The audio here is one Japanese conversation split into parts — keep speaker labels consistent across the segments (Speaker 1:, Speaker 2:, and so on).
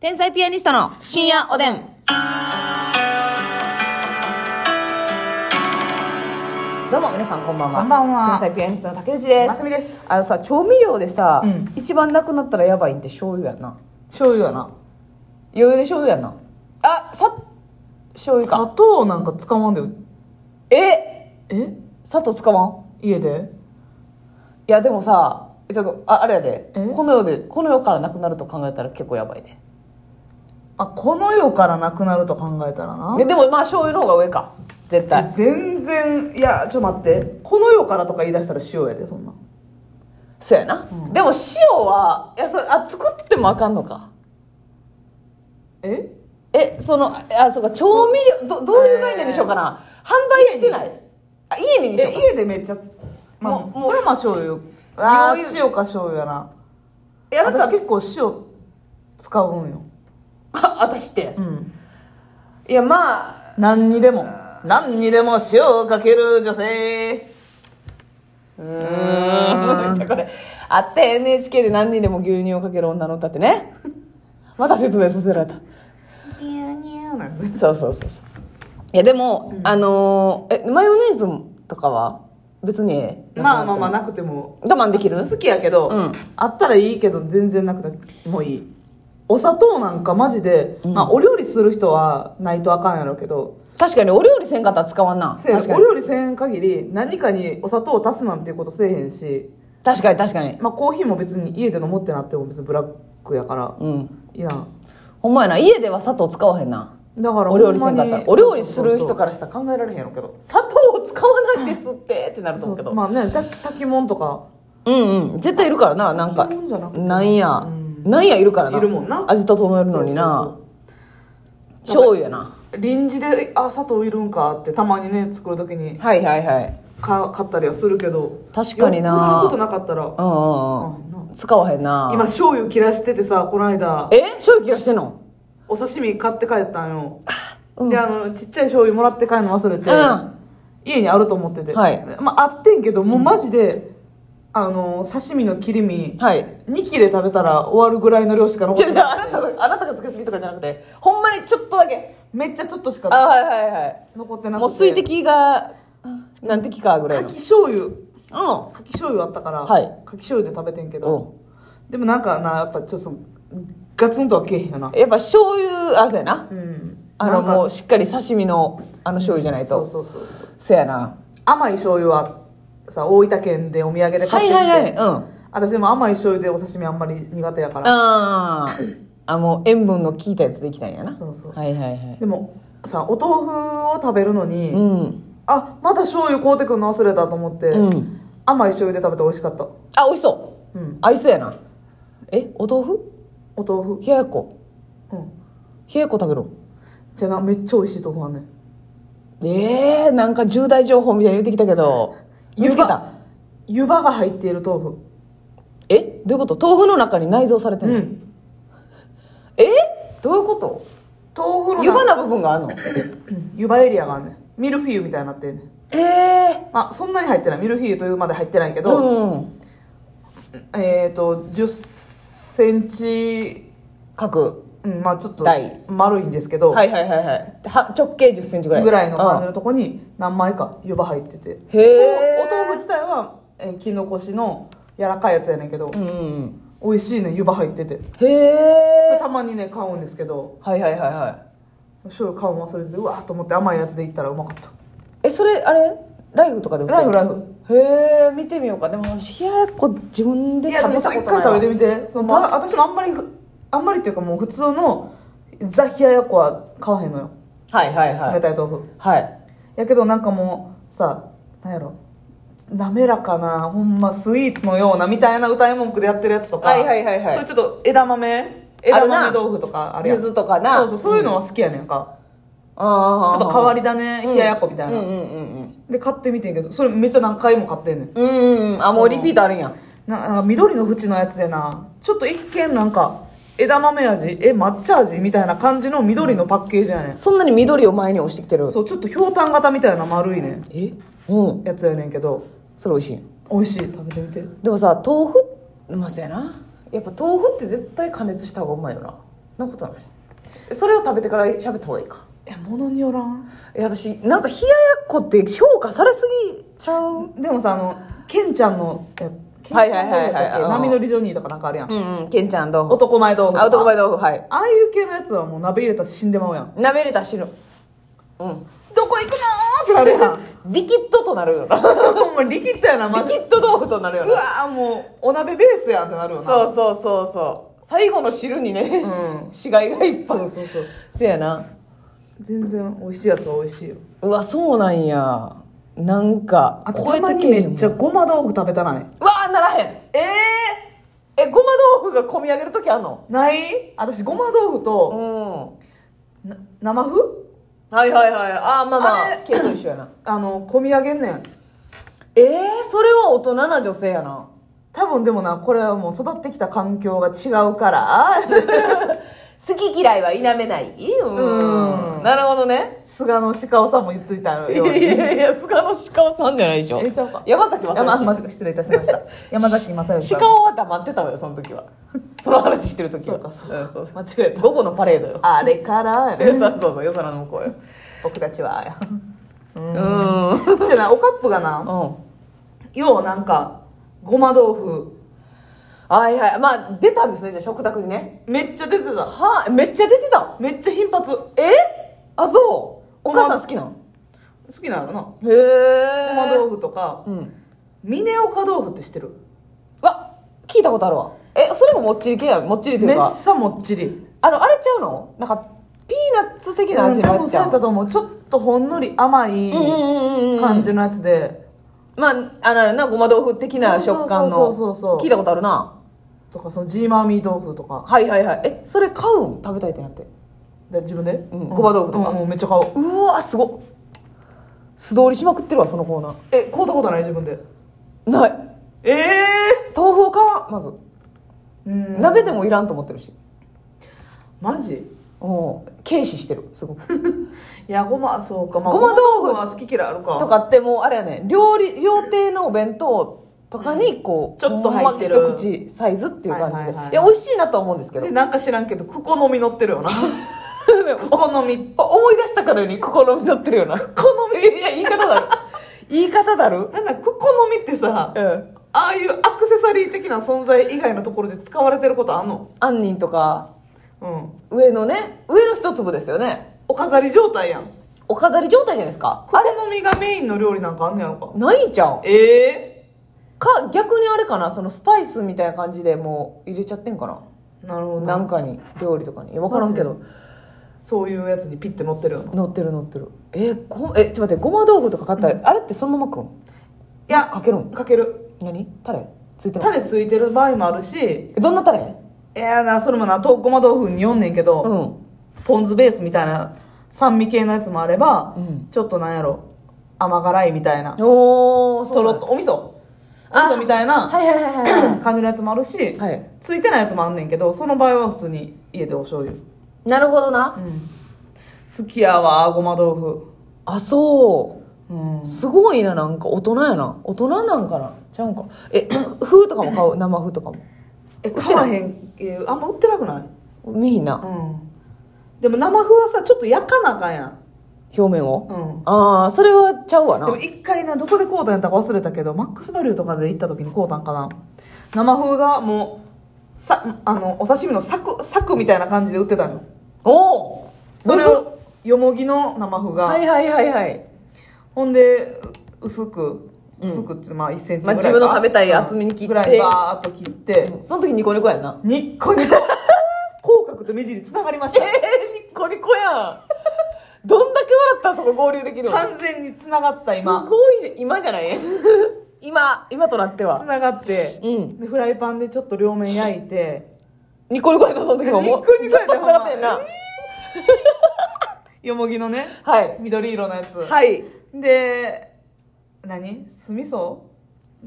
Speaker 1: 天才ピアニストの深夜おでん。どうも皆さんこんばんは。
Speaker 2: こんばんは
Speaker 1: 天才ピアニストの竹内です。
Speaker 2: ますみです
Speaker 1: あのさ調味料でさ、
Speaker 2: うん
Speaker 1: 一番なくなったらやばいんって醤油やんな。
Speaker 2: 醤油やな
Speaker 1: 余裕で醤油やんな。あさ醤油
Speaker 2: 砂
Speaker 1: か。
Speaker 2: 糖なんか使わんでよ
Speaker 1: え
Speaker 2: え
Speaker 1: 砂糖使わん？
Speaker 2: 家で
Speaker 1: いやでもさちょっとああれやで
Speaker 2: え
Speaker 1: この世でこの世からなくなると考えたら結構やばいで
Speaker 2: あこの世からなくなると考えたらな
Speaker 1: ででもまあ醤油の方が上か絶対
Speaker 2: 全然いやちょっと待ってこの世からとか言い出したら塩やでそんな
Speaker 1: そうやな、でも塩はいやそれあ作ってもあかんのか
Speaker 2: え
Speaker 1: えそのああそうか調味料どどういう概念にしようかな、販売してないあ家ににしよ
Speaker 2: え
Speaker 1: うか
Speaker 2: 家でめっちゃつまあ
Speaker 1: もうもう
Speaker 2: それはまあ醤油
Speaker 1: あ
Speaker 2: あ
Speaker 1: ー
Speaker 2: 塩か醤油やない
Speaker 1: やだ
Speaker 2: 私
Speaker 1: って
Speaker 2: 結構塩使うんよ
Speaker 1: あ私って
Speaker 2: うん
Speaker 1: いやまあ
Speaker 2: 何にでも何にでも塩をかける女性
Speaker 1: うーん じゃあこれあって NHK で何にでも牛乳をかける女の歌って ねまた説明させられた
Speaker 2: ニューニューなんですね
Speaker 1: そうそうそうそういやでも、あのーえマヨネーズとかは別に
Speaker 2: まあまあまあ
Speaker 1: あ
Speaker 2: なくても
Speaker 1: 我慢できる
Speaker 2: 好きやけど、
Speaker 1: うん
Speaker 2: あったらいいけど全然なくてもいいお砂糖なんかマジで、まあ、お料理する人はないとあかんやろうけど
Speaker 1: 確かにお料理せんかったら使わんな
Speaker 2: せや
Speaker 1: 確か
Speaker 2: お
Speaker 1: に
Speaker 2: 料理せん限り何かにお砂糖を足すなんていうことせえへんし、
Speaker 1: 確かに確かに
Speaker 2: まあ、コーヒーも別に家で飲もうってなっても別にブラックやから、
Speaker 1: うん
Speaker 2: いらん
Speaker 1: ほんまやな家では砂糖使わへんな
Speaker 2: だから
Speaker 1: お料理せんかったらお料理する人
Speaker 2: ら
Speaker 1: からしたら考えられへんやろうけど砂糖を使わないですってってなると思うけど
Speaker 2: まあねた炊き物とか
Speaker 1: うんうん絶対いるからななんか
Speaker 2: 基本じゃなくても
Speaker 1: なんや、
Speaker 2: うん
Speaker 1: なんやいるからない
Speaker 2: るもんな
Speaker 1: 味整えるのにな
Speaker 2: そうそう
Speaker 1: 醤油やな
Speaker 2: 臨時であ砂糖いるんかってたまにね作る時に
Speaker 1: はいはいはい
Speaker 2: か買ったりはするけど
Speaker 1: 確かにな
Speaker 2: よっぽどのことなかったら、
Speaker 1: うんうん
Speaker 2: 使わへ
Speaker 1: う使わへ
Speaker 2: んなん
Speaker 1: んな
Speaker 2: 今醤油切らしててさこの間
Speaker 1: え醤油切らしてんの
Speaker 2: お刺身買って帰ったんよ、
Speaker 1: うん
Speaker 2: であのちっちゃい醤油もらって帰るの忘れて、
Speaker 1: うん
Speaker 2: 家にあると思ってて、
Speaker 1: はい
Speaker 2: まああってんけどもうマジで、あの刺身の切り身、
Speaker 1: はい
Speaker 2: 2切れ食べたら終わるぐらいの量しか残っ
Speaker 1: ちょ
Speaker 2: て
Speaker 1: ちょ
Speaker 2: な
Speaker 1: あ
Speaker 2: い
Speaker 1: なたがあなたがつけすぎとかじゃなくてほんまにちょっとだけ
Speaker 2: めっちゃちょっとし
Speaker 1: あ
Speaker 2: か
Speaker 1: はいはいはい
Speaker 2: 残ってなくて
Speaker 1: もう水滴がうん何滴かぐらい
Speaker 2: か
Speaker 1: の
Speaker 2: き醤油
Speaker 1: う
Speaker 2: かき醤油あったから、
Speaker 1: はい
Speaker 2: かき醤油で食べてんけ
Speaker 1: ん
Speaker 2: ど、でもなんかなやっぱちょっとガツンとはけえへんよな
Speaker 1: うんやっぱ醤油あそうやな
Speaker 2: うん
Speaker 1: あの
Speaker 2: なんか
Speaker 1: もうしっかり刺身のあの醤油じゃない
Speaker 2: そう
Speaker 1: と
Speaker 2: そうそうそう
Speaker 1: せやな
Speaker 2: 甘い醤油はさ大分県でお土産で
Speaker 1: は
Speaker 2: 買
Speaker 1: い
Speaker 2: ってきて、
Speaker 1: はいはいうん
Speaker 2: 私でも甘い醤油でお刺身あんまり苦手やから
Speaker 1: あーあもう塩分の効いたやつできたんやな
Speaker 2: そうそう
Speaker 1: はいはいはい
Speaker 2: でもさお豆腐を食べるのに、
Speaker 1: うん
Speaker 2: あまた醤油買うてくんの忘れたと思って、
Speaker 1: うん
Speaker 2: 甘い醤油で食べて美味しかった
Speaker 1: あ美味しそ
Speaker 2: うん
Speaker 1: う合いそうやなえお豆腐
Speaker 2: お豆腐
Speaker 1: 冷ややっこ
Speaker 2: うん
Speaker 1: 冷ややっこ食べる
Speaker 2: じゃあなめっちゃ美味しい豆腐あんねん
Speaker 1: ええなんか重大情報みたいに言ってきたけど見つけた
Speaker 2: 湯葉が入っている豆腐
Speaker 1: えどういうこと豆腐の中に内蔵されてん
Speaker 2: う
Speaker 1: の、
Speaker 2: ん
Speaker 1: えどういうこと
Speaker 2: 豆腐の
Speaker 1: 湯葉
Speaker 2: 中
Speaker 1: な部分が あるの
Speaker 2: うん湯葉エリアがあんねんミルフィーユみたいになってんねん
Speaker 1: ええ
Speaker 2: まあそんなに入ってないミルフィーユというまで入ってないけど、
Speaker 1: うん
Speaker 2: えっ、と10センチ、
Speaker 1: 角
Speaker 2: うん、まあちょっと
Speaker 1: 台
Speaker 2: 丸いんですけど、
Speaker 1: はいはいはいはいは直径1 0センチぐらい
Speaker 2: ぐらいの感じ
Speaker 1: あ
Speaker 2: のとこに何枚か湯葉入ってて
Speaker 1: へえ
Speaker 2: お豆腐自体は、えー、きのこしの柔らかいやつやねんけど、
Speaker 1: うんうん
Speaker 2: 美味しいね湯葉入ってて
Speaker 1: へ
Speaker 2: それ
Speaker 1: え
Speaker 2: たまにね買うんですけど
Speaker 1: はいはいはいはい
Speaker 2: 醤油買うの忘れててうわーと思って甘いやつでいったらうまかった
Speaker 1: えそれあれライフとかで売ってる
Speaker 2: ライフライフ
Speaker 1: へえ見てみようかでも私冷ややっこ自分で
Speaker 2: いや
Speaker 1: 食
Speaker 2: で
Speaker 1: べ
Speaker 2: も
Speaker 1: た
Speaker 2: それ
Speaker 1: こ
Speaker 2: 一
Speaker 1: とない
Speaker 2: 回
Speaker 1: わ
Speaker 2: 食べてみてそのただ私もあんまりふあんまりっていうかもう普通のザ・冷ややっこは買わへんのよ
Speaker 1: はいはいは
Speaker 2: 冷
Speaker 1: い
Speaker 2: たい豆腐、
Speaker 1: はい
Speaker 2: やけどなんかもうさなんやろ滑らかなほんまスイーツのようなみたいな歌い文句でやってるやつとか、
Speaker 1: はいはいはいはい
Speaker 2: それちょっと枝豆
Speaker 1: な
Speaker 2: 枝豆豆腐とかあるやん
Speaker 1: 柚子とかな
Speaker 2: そうそうそういうのは好きやねんか、
Speaker 1: ああ
Speaker 2: ちょっと変わり種
Speaker 1: うん
Speaker 2: 冷ややっこみたいな、
Speaker 1: うんうんうんうん
Speaker 2: で買ってみてんけどそれめっちゃ何回も買ってんねん
Speaker 1: うんうんうんあもうリピートあるんや
Speaker 2: ななんか緑の縁のやつでなちょっと一見なんか枝豆味え抹茶味みたいな感じの緑のパッケージやねん、
Speaker 1: そんなに緑を前に押してきてる
Speaker 2: そうちょっとひょうたん型みたいな丸いね
Speaker 1: えうん
Speaker 2: やつやねんけど
Speaker 1: それ美味しい
Speaker 2: 美味しい食べてみて
Speaker 1: でもさ豆腐まあそうやなやっぱ豆腐って絶対加熱した方がうまいよななことないえそれを食べてから喋った方がいいか
Speaker 2: え物によらん
Speaker 1: いや私なんか冷ややっこって評価されすぎちゃう
Speaker 2: でもさあのケンちゃんのえケンち
Speaker 1: はいは
Speaker 2: ゃ
Speaker 1: い
Speaker 2: ん
Speaker 1: はいはい
Speaker 2: どうだったっけ
Speaker 1: うん
Speaker 2: 波乗りジョニーとかなんかあるやん、
Speaker 1: うんうんケンちゃん豆腐
Speaker 2: 男前豆腐とか
Speaker 1: あ男前豆腐はい
Speaker 2: ああいう系のやつはもう鍋入れたら死んでまうやん
Speaker 1: なめれたら死ぬうん
Speaker 2: どこ行くのーってなる
Speaker 1: リキッドとなるよな
Speaker 2: やんもう力ったやなマ
Speaker 1: リ
Speaker 2: ジ
Speaker 1: キッド豆腐となるよ
Speaker 2: う
Speaker 1: な
Speaker 2: わーもうお鍋ベースやんってなるよな
Speaker 1: そうそうそうそう最後の汁にね、
Speaker 2: うん
Speaker 1: し死骸がいっぱ
Speaker 2: そう
Speaker 1: い
Speaker 2: そうそう
Speaker 1: せやな
Speaker 2: 全然美味しいやつは美味しいよ
Speaker 1: うわそうなんやなんか
Speaker 2: あと
Speaker 1: 超え
Speaker 2: た
Speaker 1: て
Speaker 2: まに
Speaker 1: けえへ
Speaker 2: め
Speaker 1: んもん
Speaker 2: っちゃごま豆腐食べたない
Speaker 1: わあならへん
Speaker 2: ええ
Speaker 1: えごま豆腐が込み上げる時あんの
Speaker 2: ー、ない私ごま豆腐
Speaker 1: う
Speaker 2: と、
Speaker 1: ん
Speaker 2: な生風
Speaker 1: はいはいはいああまあま
Speaker 2: あ
Speaker 1: あ
Speaker 2: れ
Speaker 1: ケイと一緒やな
Speaker 2: あの込み上げんねん
Speaker 1: ええそれは大人な女性やな
Speaker 2: 多分でもなこれはもう育ってきた環境が違うから
Speaker 1: 好き嫌いは否めないう
Speaker 2: うん
Speaker 1: なるほどね
Speaker 2: 菅野鹿尾さんも言っていた
Speaker 1: い
Speaker 2: よう
Speaker 1: や
Speaker 2: に
Speaker 1: いやいや菅野鹿尾さんじゃないでしょ
Speaker 2: えちゃうか
Speaker 1: 山崎まさ
Speaker 2: 山ま失礼いたしました山崎まさよし
Speaker 1: し鹿尾は黙ってたわよその時 はその話してる時は
Speaker 2: そうかそうか
Speaker 1: んそうそう
Speaker 2: 間違えた
Speaker 1: 午後のパレードよ
Speaker 2: あれからや
Speaker 1: え そ
Speaker 2: ね
Speaker 1: うそうそうよそらの向こうよ
Speaker 2: 僕たちは
Speaker 1: うんうん
Speaker 2: じゃなおカップがなようなんかごま豆腐
Speaker 1: はいはいまあ出たんですねじゃあ食卓にね
Speaker 2: めっちゃ出てた
Speaker 1: はあめっちゃ出てた
Speaker 2: めっちゃ頻発好
Speaker 1: えあそうお母さん好きなん
Speaker 2: きなのなご
Speaker 1: へえ
Speaker 2: ま豆腐とか
Speaker 1: うん
Speaker 2: 峰岡豆腐って知ってる
Speaker 1: わ聞いたことあるわえそれももっちり系やんもっちりとい
Speaker 2: め
Speaker 1: う
Speaker 2: っ
Speaker 1: か
Speaker 2: さもっちり
Speaker 1: あのあれちゃうのなんかピーナッツ的な
Speaker 2: うん
Speaker 1: 味の
Speaker 2: 多
Speaker 1: や
Speaker 2: 分
Speaker 1: つじ
Speaker 2: そう
Speaker 1: ゃ
Speaker 2: や
Speaker 1: ん
Speaker 2: ったと思うちょっとほんのり甘い
Speaker 1: うんうんうんうん
Speaker 2: 感じのやつで
Speaker 1: まああのあれなごま豆腐的な食感
Speaker 2: そう
Speaker 1: の
Speaker 2: そうそうそう
Speaker 1: 聞いたことあるな
Speaker 2: とかそのジーマーミー豆腐とか
Speaker 1: はいはいはいえそれ買うん食べたいってなって
Speaker 2: で自分で、
Speaker 1: うんごま豆腐とか
Speaker 2: うんうんめっちゃ買おう
Speaker 1: うわすごっ素通りしまくってるわそのコーナ
Speaker 2: え買うたことない自分で
Speaker 1: ーない
Speaker 2: ええ
Speaker 1: 豆腐を買わんまず、
Speaker 2: ー、うん
Speaker 1: 鍋でもいらんと思ってるし
Speaker 2: マジ
Speaker 1: もう軽視してるすごく
Speaker 2: いやごまそうか、ま
Speaker 1: ごま豆腐
Speaker 2: は好き嫌いあるか
Speaker 1: とかってもうあれやね料理料亭のお弁当とかにこう、
Speaker 2: うんちょっと入ってる
Speaker 1: ほんま一口サイズっていう感じで、
Speaker 2: はいいはいはい
Speaker 1: や美味しいなとは思うんですけど
Speaker 2: でなんか知らんけどクコの実乗っ てるよなクコの実
Speaker 1: お 思い出したかのように心に乗ってる ような好みいや言い方だる言い方だる
Speaker 2: なんだクコの実ってさ
Speaker 1: うん
Speaker 2: ああいうアクセサリー的な存在以外のところで使われてることあんの
Speaker 1: 杏仁とか
Speaker 2: うん
Speaker 1: 上のね上の一粒ですよね
Speaker 2: お飾り状態やん
Speaker 1: お飾り状態じゃないですか
Speaker 2: クコの実がメインの料理なんかあんねやろか
Speaker 1: ないんちゃう
Speaker 2: ええ
Speaker 1: か逆にあれかなそのスパイスみたいな感じでもう入れちゃってんかな
Speaker 2: ー、なるほど
Speaker 1: なんかに料理とかにいや分からんけど
Speaker 2: そういうやつにピッて乗ってるよな
Speaker 1: 乗ってる乗ってるえーごえちょっと待ってごま豆腐とか買ったら、あれってそのままくん
Speaker 2: いや
Speaker 1: かけるん
Speaker 2: かける
Speaker 1: 何タレついてる
Speaker 2: タレついてる場合もあるし
Speaker 1: えどんなタレ
Speaker 2: いやなそれもなとごま豆腐によんねんけど、
Speaker 1: うん
Speaker 2: ポン酢ベースみたいな酸味系のやつもあれば、
Speaker 1: うん
Speaker 2: ちょっとなんやろ甘辛いみたいな
Speaker 1: おお
Speaker 2: とろっとお味噌お
Speaker 1: あ
Speaker 2: 味噌みたいな
Speaker 1: はいはいはいはい
Speaker 2: 感じのやつもあるし、
Speaker 1: はい
Speaker 2: ついてないやつもあんねんけどその場合は普通に家でお醤油
Speaker 1: なるほどな、
Speaker 2: うん好きやわごま豆腐
Speaker 1: あそ
Speaker 2: うん
Speaker 1: うすごいななんか大人やな大人なんかなちゃうんかえ風とかも買う生風とかも
Speaker 2: え買わへんえあんま売ってなくない
Speaker 1: 見ひんな
Speaker 2: うんでも生麩はさちょっと焼かなあかんやん
Speaker 1: 表面を、
Speaker 2: うん
Speaker 1: ああそれはちゃうわな
Speaker 2: でも一回などこで買うたんやったか忘れたけどマックスバリューとかで行った時に買うたんかな生風がもうさあのお刺身のサクサクみたいな感じで売ってたのよ
Speaker 1: おお
Speaker 2: それ
Speaker 1: は
Speaker 2: をよもぎの生風が、
Speaker 1: いはいはいはい
Speaker 2: ほんでう薄く薄くってまあ1センチ
Speaker 1: まあ
Speaker 2: ぐらい
Speaker 1: 自分の食べたい厚みに切って
Speaker 2: ぐらいバーっと切って、
Speaker 1: その時ニコニコやんな
Speaker 2: ニッコニコ 口角と目尻つながりました
Speaker 1: えー、ニッコニコやんどんだけ笑ったらそこ合流できるの
Speaker 2: 完全につながった
Speaker 1: す
Speaker 2: 今
Speaker 1: ごいじゃ今じゃない今今となって
Speaker 2: つ
Speaker 1: は
Speaker 2: ながって、
Speaker 1: うん
Speaker 2: でフライパンでちょっと両面焼いて
Speaker 1: ニコニコやんなその時ももう
Speaker 2: ニッコニコやんな
Speaker 1: ずっと繋がってんな
Speaker 2: よもぎのね
Speaker 1: はい
Speaker 2: 緑色のやつ、
Speaker 1: はい
Speaker 2: で何酢味噌、
Speaker 1: うん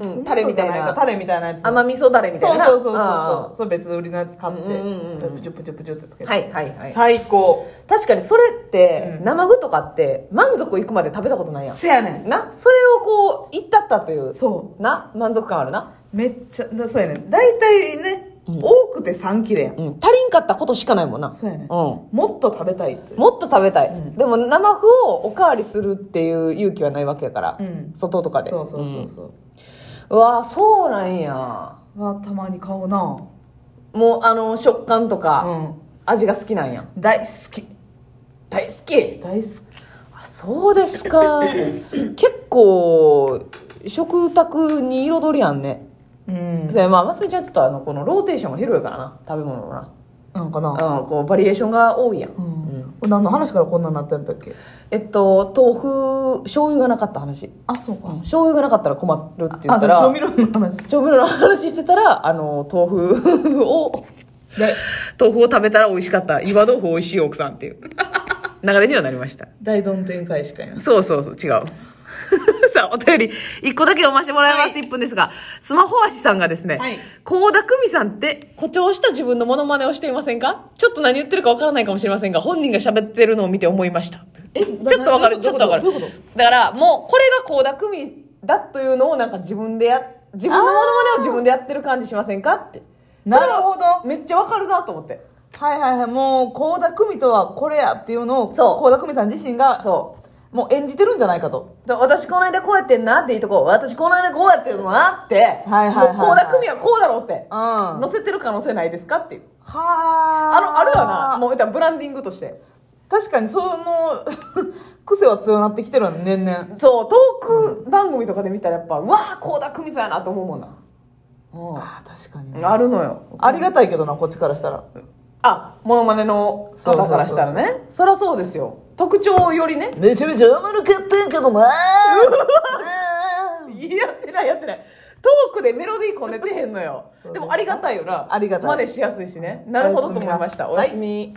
Speaker 2: 酢味噌
Speaker 1: タレみたいな
Speaker 2: じゃかタレみたいなやつ
Speaker 1: 甘味噌だれみたいな
Speaker 2: そうそうそう
Speaker 1: あ
Speaker 2: そうそれ別売りのやつ買って、
Speaker 1: うんうんうんうん
Speaker 2: プチュプチュプチュってつけ
Speaker 1: ー
Speaker 2: て、
Speaker 1: はいはいはい
Speaker 2: 最高
Speaker 1: 確かにそれって、
Speaker 2: うん
Speaker 1: 生具とかって満足いくまで食べたことないやん
Speaker 2: せやねん
Speaker 1: なそれをこういったったという
Speaker 2: そ
Speaker 1: な満足感あるな
Speaker 2: うめっちゃだそうやねん大体ね多くて3切れやん。
Speaker 1: うん、足りんかったことしかないもんな。
Speaker 2: そうやね
Speaker 1: ん。も
Speaker 2: もっと食べたいって。
Speaker 1: っと食べたい。でも生麩をおかわりするっていう勇気はないわけやから。
Speaker 2: うん
Speaker 1: 外とかで。
Speaker 2: そうそうそうそう。
Speaker 1: うわあそうなんや。
Speaker 2: はたまに買うな
Speaker 1: もうあの、食感とか、
Speaker 2: うん。
Speaker 1: 味が好きなんや。
Speaker 2: 大好き。
Speaker 1: 大好き
Speaker 2: 大好き。
Speaker 1: あそうです か。結構、食卓に彩りやんね。
Speaker 2: うん。
Speaker 1: それまあ、ますみちゃんちょっとあの、このローテーションも広いからな。食べ物のな。
Speaker 2: なんかな。
Speaker 1: うん、こう、バリエーションが多いやん。
Speaker 2: うん。これ何の話からこんなんなったんだっけ
Speaker 1: えっと、豆腐、醤油がなかった話。
Speaker 2: あ、そうか。
Speaker 1: 醤油がなかったら困るって言
Speaker 2: あ、
Speaker 1: った
Speaker 2: そう
Speaker 1: ら、
Speaker 2: 調味料 の話。
Speaker 1: 調味料の話してたら、あの、豆腐を、
Speaker 2: で、
Speaker 1: 豆腐を食べたら美味しかった。岩豆腐美味しい奥さんっていう流れにはなりました。
Speaker 2: 大どん展開しかやな。
Speaker 1: そうそうそう、違う。 さあ、お便り、一個だけ読ませてもらいます。
Speaker 2: は
Speaker 1: 一分ですが、スマホ足さんがですね、
Speaker 2: はい
Speaker 1: 高田久美さんって誇張した自分のモノマネをしていませんかちょっと何言ってるかわからないかもしれませんが、本人が喋ってるのを見て思いました。
Speaker 2: え、
Speaker 1: ちょっとわかる、ちょ
Speaker 2: ど
Speaker 1: っ
Speaker 2: ういうこと
Speaker 1: わかる。
Speaker 2: どういうこと
Speaker 1: だから、もう、これが倖田來未だというのをなんか自分でや、自分のモノマネを自分でやってる感じしませんかって。
Speaker 2: なるほど
Speaker 1: それはめっちゃわかるなと思って。
Speaker 2: はいはいはい。もう、倖田來未とはこれやっていうのを、
Speaker 1: そう
Speaker 2: 倖田來未さん自身が、
Speaker 1: そう。
Speaker 2: もう演じてるんじゃないかと。
Speaker 1: だ私この間こうやってんなっていいとこ、私この間こうやってんなって、
Speaker 2: はいはいはいはい
Speaker 1: もう倖田來未はこうだろうって
Speaker 2: う、ん。は
Speaker 1: 載せてる可能性ないですかっていう。
Speaker 2: あ
Speaker 1: あの、あるよな。もう、言ったらブランディングとして。
Speaker 2: 確かにその 癖は強なってきてるわ年々
Speaker 1: そう、トーク番組とかで見たらやっぱ、うわぁ、倖田來未さんやなと思うもんな。う
Speaker 2: ああ確かに
Speaker 1: ん。あるのよ。
Speaker 2: ありがたいけどなこっちからしたら
Speaker 1: あ、モノマネの方からしたらね。そりゃそうですよ。特徴をよりね。
Speaker 2: めちゃめちゃ甘るかったんけどなうん
Speaker 1: いややってないやってない。トークでメロディーこねてへんのよ。でもありがたいよな。
Speaker 2: ありがたい
Speaker 1: 真似しやすいしね。なるほどと思いました。お
Speaker 2: おや
Speaker 1: や
Speaker 2: す
Speaker 1: す
Speaker 2: み
Speaker 1: み。